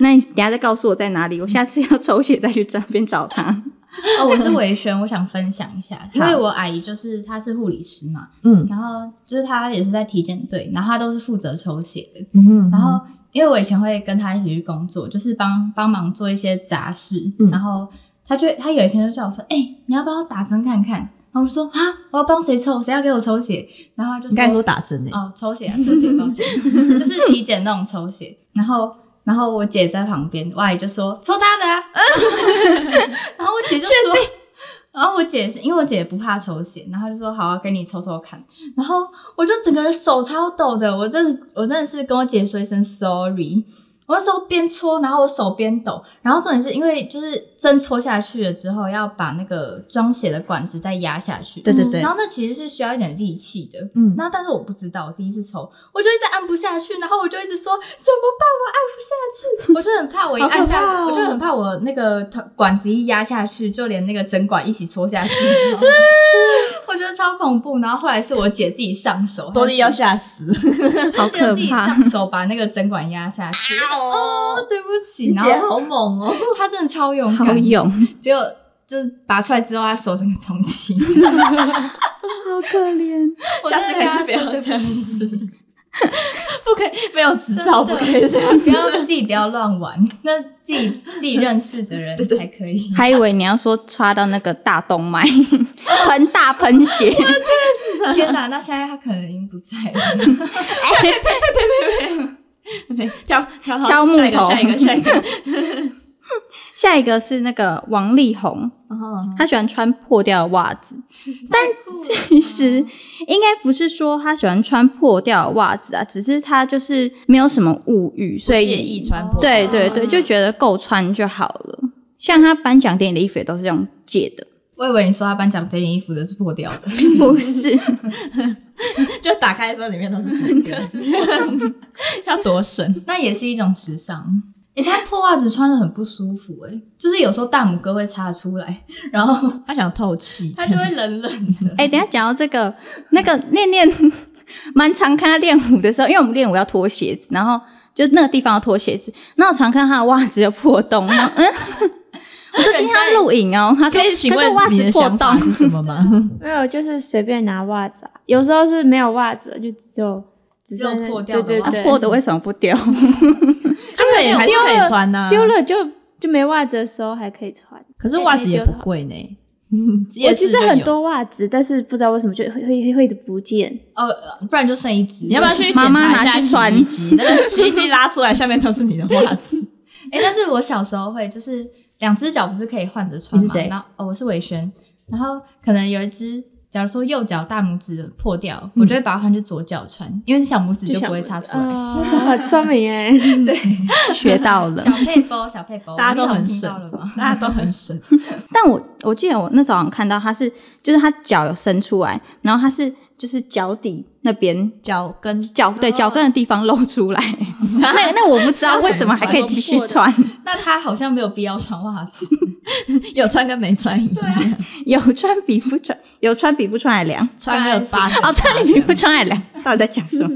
B: 那你等一下再告诉我在哪里，我下次要抽血再去这边找 他。
C: 哦，我是维轩，我想分享一下，因为我阿姨就是她是护理师嘛，
A: 嗯
C: 然后就是她也是在体检队，然后她都是负责抽血的，
A: 嗯
C: 然后因为我以前会跟她一起去工作，就是帮帮忙做一些杂事，
A: 嗯
C: 然后她就她有一天就叫我说，哎、你要不要打针看看？然后我就说啊，我要帮谁抽？谁要给我抽血？然后她就
A: 你刚才说打针欸呢、
C: 哦，抽血、啊，抽血，抽血，就是体检那种抽血。然后，然后我姐在旁边，我阿姨就说抽她的、啊， 然后我姐就说， 然后我姐是因为我姐不怕抽血，然后她就说好啊，给你抽抽看。然后我就整个人手超抖的，我真的我真的是跟我姐说一声 sorry。我那时候边搓，然后我手边抖，然后重点是因为就是针戳下去了之后，要把那个装血的管子再压下去。
A: 对对对
C: 然，后那其实是需要一点力气的，
A: 嗯
C: 嗯，那但是我不知道，我第一次抽，我就一直按不下去，然后我就一直说怎 么办，我按不下去，我就很怕我一按下，
A: 好可怕哦
C: 我就很怕我那个头管子一压下去，就连那个针管一起 戳下去，我觉得超恐怖。然后后来是我姐自己上手，
A: 多利要吓死，
B: 好
C: 她自己
B: 可
C: 自己
B: 怕！
C: 上手把那个针管压下去，哦，对不起，然后
A: 猛哦！
C: 她真的超勇
B: 好
C: 敢，
B: 勇，
C: 结果就是拔出来之后，她手整个重 启，
B: 好可怜。
C: 我
A: 下次
C: 真的
A: 还是
C: 跟
A: 不要
C: 她说对
A: 这
C: 不
A: 样
C: 起。
A: 子，不可以 没有执
C: 真
A: 照，不
C: 的
A: 可以这样
C: 不
A: 子。
C: 要自己不要乱玩， 那自己自己认识的人才可 以。
B: 还以为你要说插到那个大动脉，喷大喷血。
C: 天哪，那现在他可能已经不在了。
A: 跳跳
B: 敲木头
A: 下一个下一个，下一个
B: 下一个是那个王力宏，
A: 哦
B: 他喜欢穿破掉的袜 子，但其实应该不是说他喜欢穿破掉的袜子啊，只是他就是没有什么物欲，所以
A: 介意穿哦破，
B: 对对对，就觉得够穿就好了。像他颁奖典礼的衣服也都是用借的，
C: 我以为你说他颁奖典礼衣服的是破掉的，
B: 不是
A: 就打开之后里面都是布丁 要多深？
C: 那也是一种时尚。诶、他破袜子穿的很不舒服、诶就是有时候大拇哥会插出来， 然后
A: 他想透气，
C: 他就会冷冷的。
B: 哎、等一下讲到这个，那个念念蛮常看他练舞的时候，因为我们练舞要脱鞋子，然后就那个地方要脱鞋子，那我常看他的袜子就破洞，然后嗯，我说今天要录影哦，他说
A: 可以请
B: 可是
A: 问
B: 袜
A: 你
B: 子
A: 的
B: 破
A: 想
B: 洞
A: 法 是什么吗？
D: 没有，就是随便拿袜子、啊，有时候是没有袜子，就只有只
C: 只有
D: 剩
C: 破掉的
D: 对
C: 袜
B: 啊
D: 对对，
B: 破的为什么不 丢？
A: 就可以还是可以穿呐、
D: 丢了就就没袜子的时候还可以穿。
A: 可是袜子也不贵呢。
D: 我
A: 也
D: 其
A: 是
D: 实很，多袜子，但是不知道为什么就会会会一直不见。
C: 呃，不然就剩一只。
A: 你要不要去检
B: 妈妈
A: 查
B: 拿
A: 一下
B: 去
A: 洗衣机？那个洗衣机拉出来，下面都是你的袜子。
C: 哎、但是我小时候会，就是两只脚不是可以换着穿吗？
A: 你是谁
C: 然后哦，我是伟轩。然后可能有一只，假如说右脚大拇指破掉，我
B: 嗯
C: 就会把它换去左脚穿，因为小拇指就不会插出来。
D: 啊， 很聪明 哎！
C: 对，
B: 学到了
C: 小。配包，小配包，
A: 大家都很
C: 听
A: 省
C: 到了吧？
A: 大家都很省，
B: 但我我记得我那时候好像看到他是，就是他脚有伸出来，然后他是就是脚底那边
A: 脚跟
B: 脚对脚跟的地方露出来， 那那我不知道为什么还可以继续穿，
C: 那他好像没有必要穿袜子。
A: 有穿跟没穿一样，
B: 有穿比不穿，有穿比不穿还凉。
A: 穿个八十
B: 哦，穿比不穿还凉， 到底在讲什 么？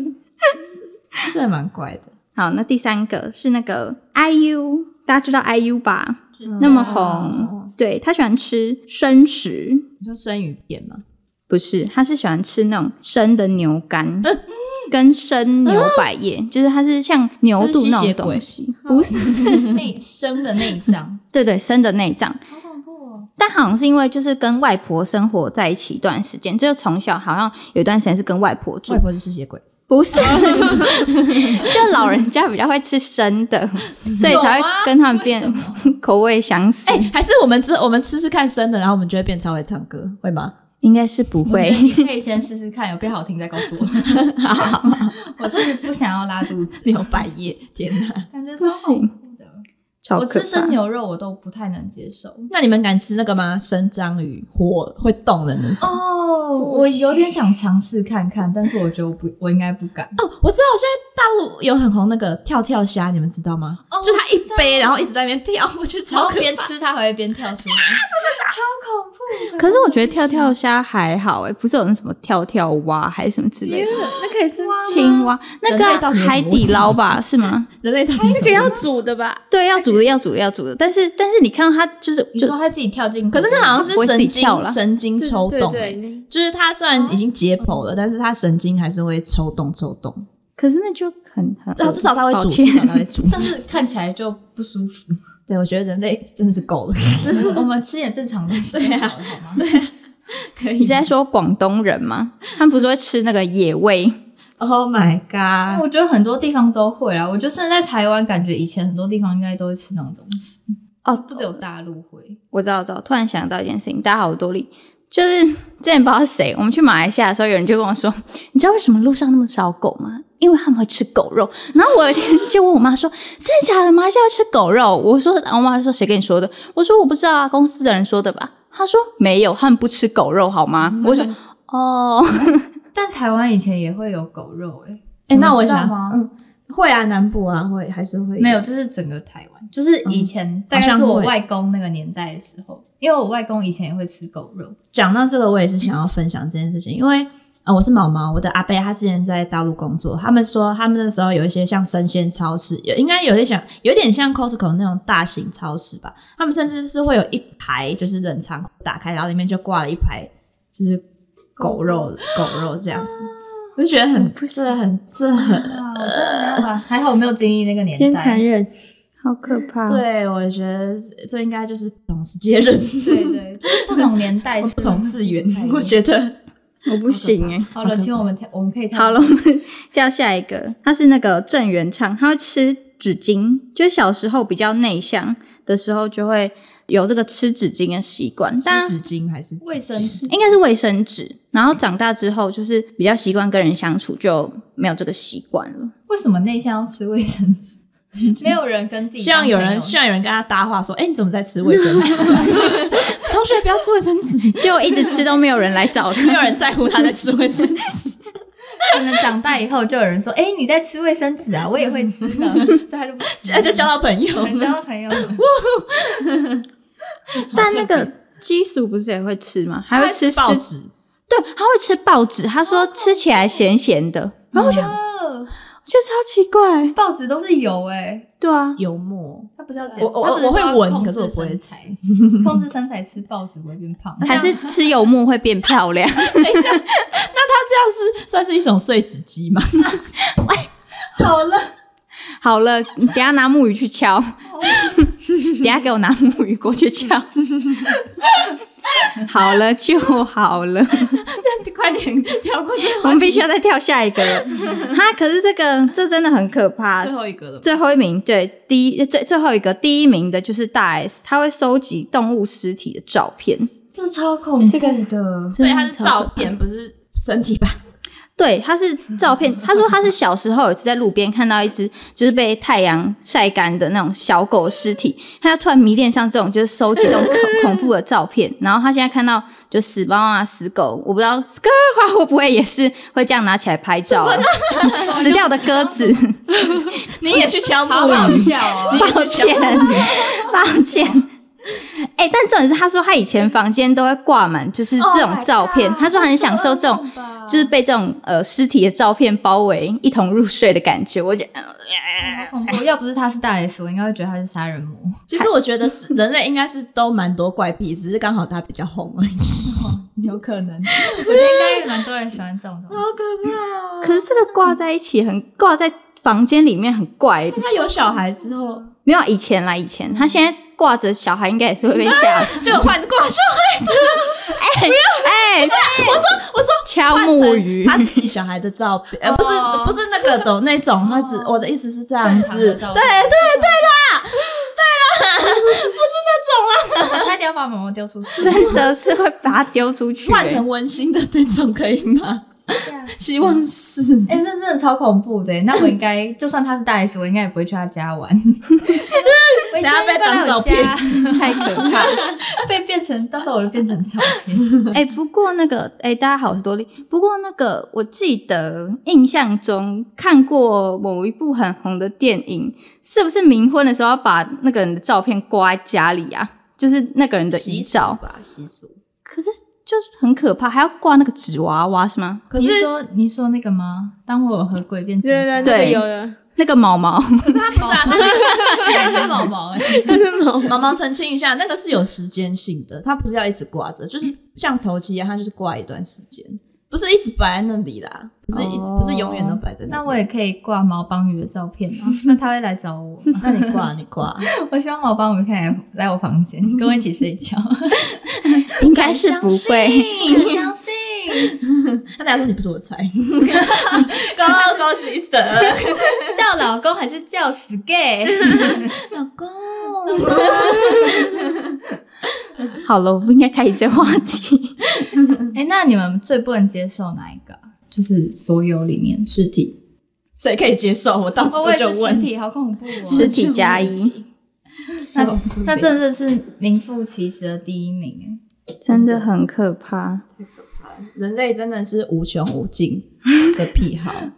A: 真的蛮怪的。
B: 好，那第三个是那个 IU，大家知道 IU 吧？那么红，对他喜欢吃生食，
A: 你说生鱼片吗？
B: 不是，他是喜欢吃那种生的牛肝。跟生牛百叶，就是它是像牛肚嗯那
A: 那是吸血
B: 种
A: 鬼
B: 东西，不是，
C: 内生的内 脏，
B: 对对，生的内脏。
C: 好恐怖哦！
B: 但好像是因为就是跟外婆生活在一起一段时间，就是从小好像有一段时间是跟外婆住
A: 外，婆是吸血鬼，
B: 不是， 就老人家比较会吃生的，所以才
C: 有
B: 会
C: 吗
B: 跟他们变
C: 为
B: 口味相似。
A: 哎、还是我们吃我们吃吃看生的，然后我们就会变超会唱歌，会吗？
B: 应该是不
C: 我觉 得
B: 会，
C: 你可以先试试看，有变好听再告诉 我。 我是不想要拉肚子，
A: 牛百叶，天哪！
C: 感觉
B: 不
C: 超
B: 行
C: 恐怖的。
B: 超
C: 我
B: 可
C: 吃生
B: 怕。
C: 牛肉我都不太能接受。
A: 那你们敢吃那个吗？生章鱼，火会动的那种。
C: 哦，我有点想尝试看看，但是我觉得我不，我应该不敢。
A: 哦，我知道，现在大陆有很红那个跳跳虾，你们知道吗？
C: 哦
A: 就它一杯，然后一直在那边跳，我觉得
C: 然
A: 超
C: 后
A: 可
C: 边吃它还会边跳出来，超恐怖的。
B: 可是我觉得跳跳虾还好哎、不是有那什么跳跳蛙还是什么之类的
D: 那可以是
B: 青蛙，那个
A: 人类到
B: 啊
A: 底有什么
B: 海底捞吧是吗？
A: 人类到底
D: 那
A: 什
D: 个要
A: 么？
D: 煮的吧？
B: 对，要煮的要煮的要煮的，但是但是你看到它就是
C: 你
B: 就
C: 说它自己跳进，
A: 可是那好像
B: 我
A: 是
B: 自己
A: 神
B: 跳啦
A: 经神经
D: 就是
A: 抽
D: 对
A: 动、
C: 哎
D: 对，
A: 欸，
D: 那
A: 就是它虽然已经解剖了，但是它神经还是会抽动抽动。
B: 可是那就很很
A: 哦然后至少它会
B: 抱
A: 煮，
B: 歉
A: 至少它会煮。
C: 但是看起来就不舒服。
A: 对，我觉得人类真的是够 了，
C: 我们吃点正常的，对啊，好吗？
A: 可以
B: 你是。在说广东人吗？他们不是会吃那个野味？
A: Oh my
C: 那
A: god！
C: 我觉得很多地方都会啊，我觉得甚至在台湾，感觉以前很多地方应该都会吃那种东西，
B: 哦
C: 不只有大陆会。
B: 我知道，我知道。突然想到一件事情，大家好，我多莉。就是之前不知道谁，我们去马来西亚的时候，有人就跟我说，你知道为什么路上那么少狗吗？因为他们会吃狗肉。然后我有一天就问我妈说，真的假的？马来西亚吃狗肉？我说，呃我妈就说谁跟你说的？我说我不知道啊，公司的人说的吧。她说没有，他们不吃狗肉好吗？我说哦，
C: 但台湾以前也会有狗肉、欸，
A: 哎、那我
C: 你知道
A: 想
C: 吗，
A: 嗯，会啊，南部啊，会还是会
C: 没有，就是整个台湾，就是以前、大概
A: 好
C: 是
A: 像会
C: 我外公那个年代的时候，因为我外公以前也会吃狗肉，
A: 讲到这个，我也是想要分享这件事情，因为呃，我是毛毛，我的阿伯他之前在大陆工作，他们说他们那时候有一些像生鲜超市，有应该有些像有点像 Costco 那种大型超市吧，他们甚至是会有一排就是冷藏库打开，然后里面就挂了一排就是狗
C: 哦
A: 肉狗肉这样子，我就觉得很真的很真的很。
C: 啊，我真的没有办法，还好我没有经历那个年
D: 偏残
C: 代。
D: 忍，
B: 好可怕
D: 哦
A: 对，我觉得这应 该就是不同世界人、
C: 对对，就是不同年代是
A: 不同次元
C: 不太一，样
A: 我觉得
B: 我 不行哎、
C: 好了，请我们跳，我们可以跳。
B: 好了，我们 跳下一个，他是那个郑元畅，他会吃纸巾，就是小时候比较内向的时候就会有这个吃纸巾的习惯，但
A: 是纸巾还是纸
C: 卫生
A: 巾
C: 纸
B: 应该是卫生纸。然后长大之后就是比较习惯跟人相处，就没有这个习惯了。
C: 为什么内向要吃卫生纸？没有人跟自 己
A: 希望有人，希
C: 炫，
A: 望有人跟他搭话说：“哎、你怎么在吃卫生纸？” 同学不要吃卫生纸，
B: 就一直吃都没有人来找
A: 没有
B: 他，
A: 人在乎他在吃卫生纸。
C: 可能长大以后就有人说：“哎、你在吃卫生纸啊？我也会吃的。”所以他就不吃
A: 哎，， 就交到朋友
C: 交
A: 了。
C: 到朋友。
B: 但那个基薯不是也会吃吗？还会吃湿
A: 报纸，哦
B: 对，他会吃报纸，他说吃起来咸咸的，然后我就、
A: 嗯
C: 哦，
B: 我觉得超奇怪。
C: 报纸都是油哎、
B: 对啊，
A: 油墨，
C: 他不是要减
A: 我我
C: 他不是
A: 我会
C: 说要
A: 闻
C: 控
A: 可是我
C: 制
A: 不会
C: 身
A: 吃
C: 材，控制身材吃报纸不会变胖。
B: 还是吃油木会变漂亮？
A: 那这样是算是一种碎纸机吗？
C: 好 了，
B: 好了，你等一下拿木鱼去敲， 等一下给我拿木鱼过去敲。 好了就好了，
A: 快点跳过这
B: 我们必须要再跳下一个了。哈，可是这个这真的很可怕
A: 最。后一个了。
B: 最后一名，对，第一最最后一个第一名的就是大 S，他会收集动物尸体的照片。
C: 这超恐
D: 这个
C: 怖的，
A: 所以他是照片，不是身体吧？
B: 对，他是照片。他说他是小时候有一次在路边看到一只就是被太阳晒干的那种小狗尸体，他突然迷恋上这种就是收集这种恐恐怖的照片。然后他现在看到就死猫啊、死狗，我不知道 s k i r 会不会也是会这样拿起来拍照，啊死掉的鸽子，
A: 你也去敲
C: 好
A: 木
C: 好
A: 鱼，
C: 笑哦。
B: 抱歉， 抱歉。哎、但重点是，他说他以前房间都会挂满就是这种照片
C: Oh my god，
B: 他说很享受这种
C: 好恐怖吧
B: 就是被这种呃尸体的照片包围，一同入睡的感觉。我觉得、
A: 哦
C: 好 恐怖，要不是他是大 S，我应该会觉得他是杀人魔。
A: 其实我觉得是人类应该是都蛮多怪癖，只是刚好他比较红而已。
C: 有可能，我觉得应该蛮多人喜欢这种 东西。
A: 可怕
B: 可是这个挂在一起很挂在房间里面很怪。
A: 他有小孩之后
B: 没有啊以前啦，以前他现在挂着小孩应该也是会被 吓死。
A: 就换挂小孩的，
B: 哎、
A: 我说我说
B: 敲
A: 换
B: 木
A: 成
B: 鱼，
A: 他自己小孩的照片，呃，不是
C: 哦
A: 不是那个懂那种，他只我的意思是这样子，对对对
C: 正常的照片
A: 啦，
C: 我差点要把毛毛丢出去，
B: 真的是会把它丢出 去、
A: 换成温馨的那种可以吗？希望是。
C: 哎、这真的超恐怖的耶。欸那我应该，就算他是大 S，我应该也不会去他家 玩。
A: 等
C: 我
A: 下被当照片
C: 希望他不要来我
B: 欸太可怕了。
C: 家， 被变成，到时候我就变成照片。
A: 嗯
B: 哎、不过那个，哎、大家好，我是多莉。不过那个，我记得印象中看过某一部很红的电影，是不是冥婚的时候要把那个人的照片挂在家里啊？就是那个人的遗照，
A: 吧，习俗。
B: 可是就是很可怕，还要挂那个纸娃娃是吗？
A: 可是
C: 你说你说那个吗？当我和鬼变成
D: 对对
B: 对
D: 对，有的，
B: 那个毛毛，
A: 他不是啊，那
C: 对，还是毛毛哎、
D: 但是毛
A: 毛毛澄清一下，那个是有时间性的，它不是要一直挂着，就是像头七一样，它就是挂一段时间，不是一直摆在那里啦，不是一直、
B: 哦
A: 不是永远都摆在那里。
C: 那我也可以挂毛邦宇的照片 吗？那他会来找我吗？
A: 那你挂你 挂，
C: 我希望毛邦宇可以来来我房 间跟我一起睡觉。
B: 应该是不会。
C: 很相 信，
A: 他大家说你不是我的菜，高高兴死了，
C: 叫老公还是叫死 gay？
A: 老公。
B: 好了，我不应该开启这话题。
C: 哎、那你们最不能接受哪一个啊？就是所有里面
A: 尸体，谁可以接受？我到
C: 哦，我也
A: 就是
C: 实
A: 问，
C: 体，好恐怖哦！
B: 实体加一，
A: 受不了
C: 那真的是名副其实的第一名哎
B: 真的很可怕。
A: 人类真的是无穷无 尽的癖好。
C: 哎。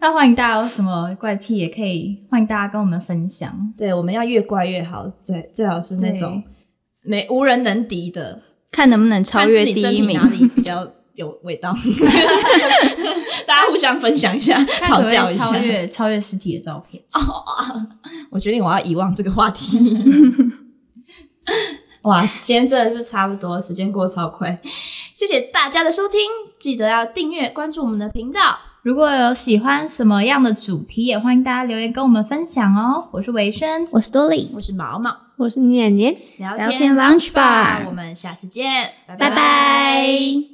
C: 那欢迎大家有什么怪癖，也可以欢迎大家跟我们分享。
A: 对，我们要越怪越好，最最好是那种没无人能敌的，
B: 看能不能超越第一名
A: 看。是你身体哪里比较有味 道，大家互相分享一下，
C: 看
A: 讨
C: 可不可
A: 教一
C: 以
A: 下
C: 超。越超越实体的照片？
A: 我决定我要遗忘这个话 题。哇，今天真的是差不多，时间过超快。谢谢大家的收听，记得要订阅关注我们的频道。
C: 如果有喜欢什么样的主题，也欢迎大家留言跟我们分享哦。我是维轩，
B: 我是多莉，
A: 我是毛毛，
D: 我是念念。
A: 聊
B: 聊天 lunch bar
A: 我们下次见，拜
B: 拜拜。